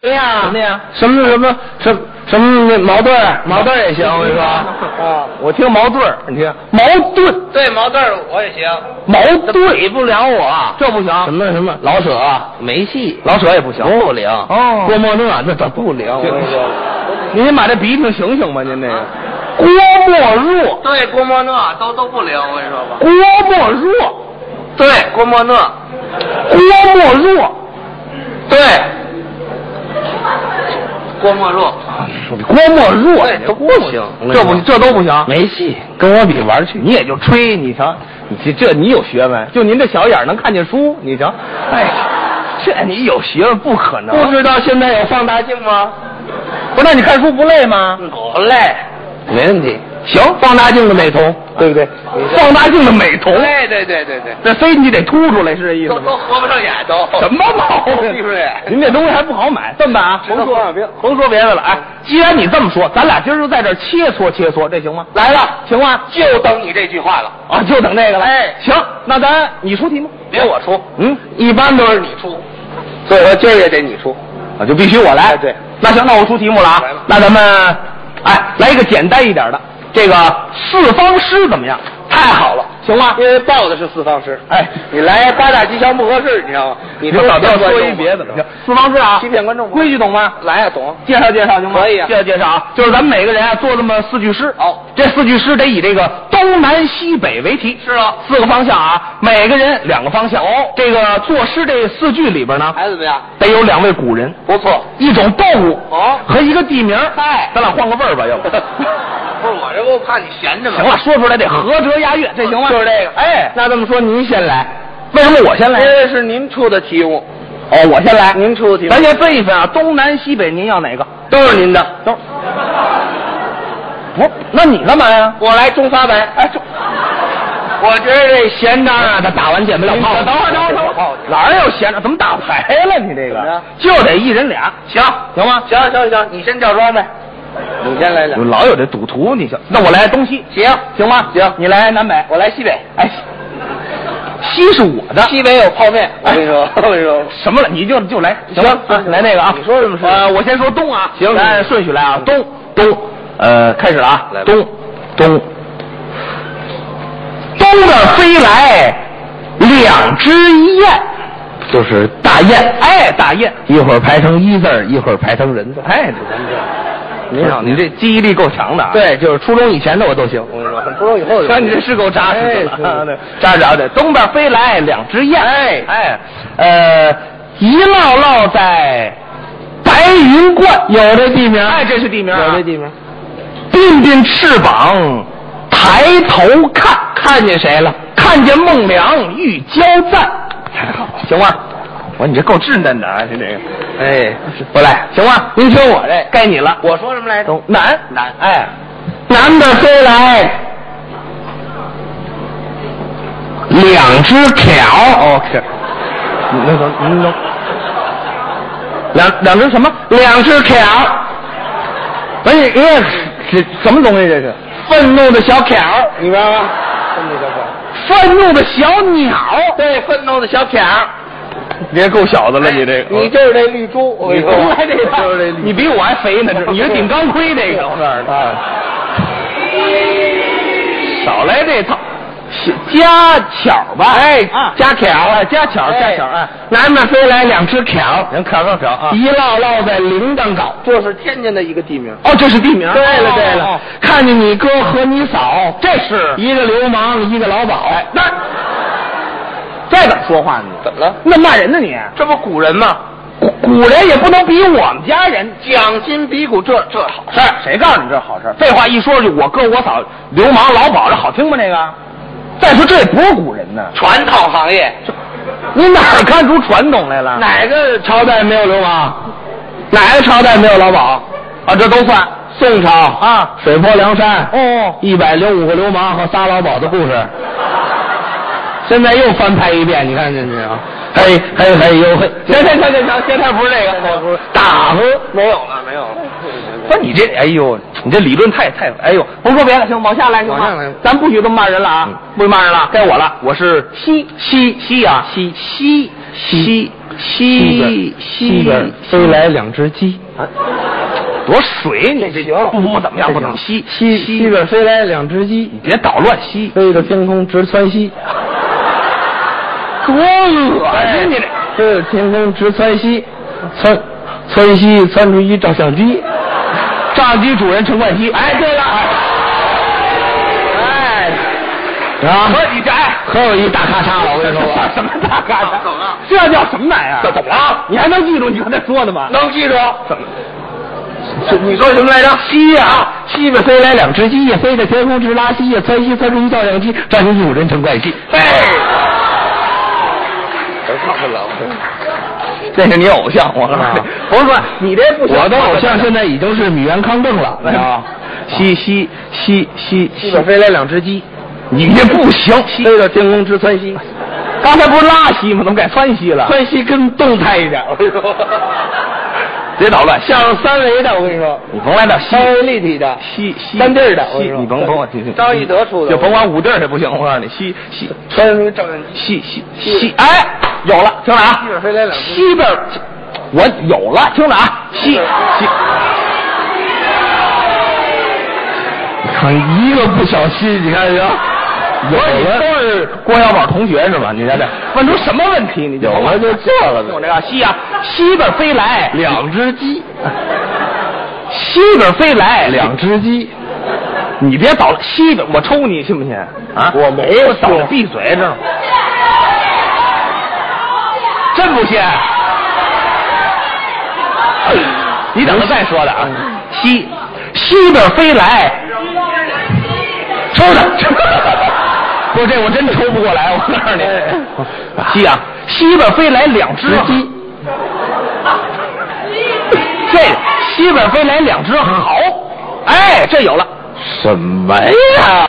对呀什么呀什么什么什么什么矛盾儿？矛盾儿也 行，我跟你说。啊我听矛盾儿，你听矛盾，对，毛豆儿我也行，矛比盾，不了我，这不行。什么什么老舍，没戏，老舍也不行，不灵。哦郭沫 若那他不灵，我跟你说。您先把这鼻涕醒醒吧，您这个啊。郭沫若，对，郭沫若都都不灵，我跟你说吧。郭沫若，对，郭沫若，郭沫若，对，郭沫若，郭沫若，对都不行我跟你哎这说不这都不行。没戏。跟我比玩去，你也就吹，你瞧，你这这你有学问，就您这小眼儿能看见书，你瞧，哎，这你有学问不可能。不知道现在有放大镜吗？不是，那你看书不累吗？不累，没问题。行，放大镜的美瞳，对不对？放大镜的美瞳，对对对对对，这非你得凸出来，是这意思都 吗？都合不上眼都。什么 毛病？是不啊是您这东西还不好买，这么办啊？知道说病甭说别的了，哎，嗯既然你这么说，咱俩今儿就在这儿切磋切磋，这行吗？来了，行吗？就等你这句话了，啊，就等这个了。哎行，那咱你出题目，别我出，嗯，一般都是你出，所以说今儿也得你出。啊，就必须我来。哎对，那行，那我出题目了啊来吧。那咱们，哎，来一个简单一点的，这个四方诗怎么样？太好了，行吗因？为报的是四方诗，啊哎，你来八大吉祥不合适，你知道吗？你这早骗观说众一嘛别的你了知道吗。四方诗啊，欺骗观众吗规矩懂吗？来呀，懂。介绍介绍行吗？可以啊介绍介绍啊，就是咱们每个人啊做这么四句诗。好这四句诗得以这个东南西北为题。是啊四个方向啊，每个人两个方向。哦，这个作诗这四句里边呢，还怎么样？得有两位古人，不错。一种动物 哦和一个地名。嗨咱俩换个味儿吧， 要不？不是我这不怕你闲着吗？行了，，说出来得合辙押韵，这行吗？哦就是这个哎，那这么说您先来，为什么我先来？这是您出的题目，哦，我先来。您出的题目咱先分一分啊，东南西北，您要哪个？都是您的。都不，那你干嘛呀？我来中发白，哎，中，我觉得这闲闲着啊，他打完捡不了炮。等会儿等会儿等会儿哪儿有闲着？怎么打牌了？你这怎么个着就得一人俩，行行吗？行行行，你先照庄呗，你先来两。老有这赌徒，你行？那我来东西，啊行，行吗？行你来南北，我来西北，哎，西是我的，西北有泡面，我哎跟你 说，我跟你说，什么了？你就就来，行吗行行来那个啊，你说什么是呃，我先说东啊，行咱按行顺序来啊，东东，呃，开始了啊来，吧东东，东面飞来两只雁，就是大雁，哎，大雁，一会儿排成一字儿一会儿排成人字，哎，这您好， 你这记忆力够强的啊，对，就是初中以前的我都行，我跟你说，不说以后有。瞧你这是够扎实的哎了，是的扎实着的。东边飞来两只雁，哎哎，呃，一落落在白云观，有这地名，哎，这是地名啊，有这地名，并并翅膀，抬头看，看见谁了？看见孟良与焦赞，太好，行吗？我说你这够稚嫩的啊，你这个，哎，我来，行吗？您听我这，该你了。我说什么来着？南南哎，南边飞来两只条，OK，你那个您嗯能两两只什么？两只条，不是，你也是什么东西？这是愤怒的小条，你明白吗？这么个愤怒的小鸟，对，愤怒的小挑。别够小的了，你这你就是这绿珠，我跟你你说，甭来这就是这个，绿你比我还肥呢，这你这顶钢盔 这个，我告诉啊，你少来这套，加巧吧，哎啊加巧，哎，加巧，哎加巧，哎，南面飞来两只巧，人考上表啊一落落在铃铛高。这是天津的一个地名。哦，这是地名。对了哦对了，哦看见你哥和你嫂，这是一个流氓，一个老鸨。那再怎么说话呢你？怎么了？那骂人呢你？这不古人吗？古古人也不能比我们家人讲筋比骨，这这好事儿。谁告诉你这是好事儿？废话一说，就我哥我嫂流氓老鸨，这好听吗？这个？再说这也不是古人呢，传统行业，你哪儿看出传统来了？哪个朝代没有流氓？哪个朝代没有老鸨？啊，这都算。宋朝啊，水泊梁山，哦，一百零五个流氓和仨老鸨的故事。现在又翻拍一遍，你看见没有？啊嘿嘿嘿呦嘿！行行行行行，现在不是这个，不是打和没有了，没有了。不是你这，哎呦，你这理论太太，哎呦，甭说别的，行，往下来行吗？往下来嗯咱不许这么骂人了啊！不许骂人了，该我了，我是西西西啊，西西西西西西边飞来两只鸡，多水，你这行不不不，怎么样？不能吸西西边飞来两只鸡，别捣乱吸，飞到天空直窜西，多恶哎心！你飞这到天空直窜西，窜窜西窜出一照相机，炸鸡主人陈冠希，哎，对了，哎，啊，我你这哎，，可有一大咔嚓了，我跟你说 吧哦什么大 干的？怎么了这叫什么玩意啊儿？这怎么了你还能记住你刚才说的吗？能记住？怎么？这你说什么来着？西呀，西边啊飞来两只鸡呀，飞到天空直拉稀呀，窜西窜出一照相机，照相机主人陈冠希。嘿，这看不了。 这是你偶像，我告 诉啊你，不是说你这啊不行我的偶像现在已经是米原康正 了，你知道吗？吸吸吸吸西吸边，飞来两只鸡，你这不行，吸飞到天空直窜西，刚才不是拉稀吗？怎么改窜稀了？窜西更动态一点。别捣乱，像三维的，我跟你说，你甭来这吸三维立体的，吸吸哦三地儿的我跟你吸说你甭甭我听张一德出的就甭管五地儿也不行，我告诉你，吸吸穿出照相机。吸吸吸，哎，有了，听着啊西边飞来，两只西边，我有了，听着啊，吸 吸，看哎一个不小心，你看 这，我你有都了，是郭小宝同学是吧？你 瞧这问出什么问题？你就有了就做 了听我呗。这个吸啊，西边飞来， 两只鸡， 西边飞来 两只鸡，你别捣了，西边我抽你信不信啊？我没有我捣了说闭嘴，知道吗？真不信？你等着再说的啊！西西边飞来，抽他！ 不，这我真抽不过来，我告诉你，西啊，西边飞来两只鸡，这西边飞来两只蚝，哎，这有了。什么哎呀！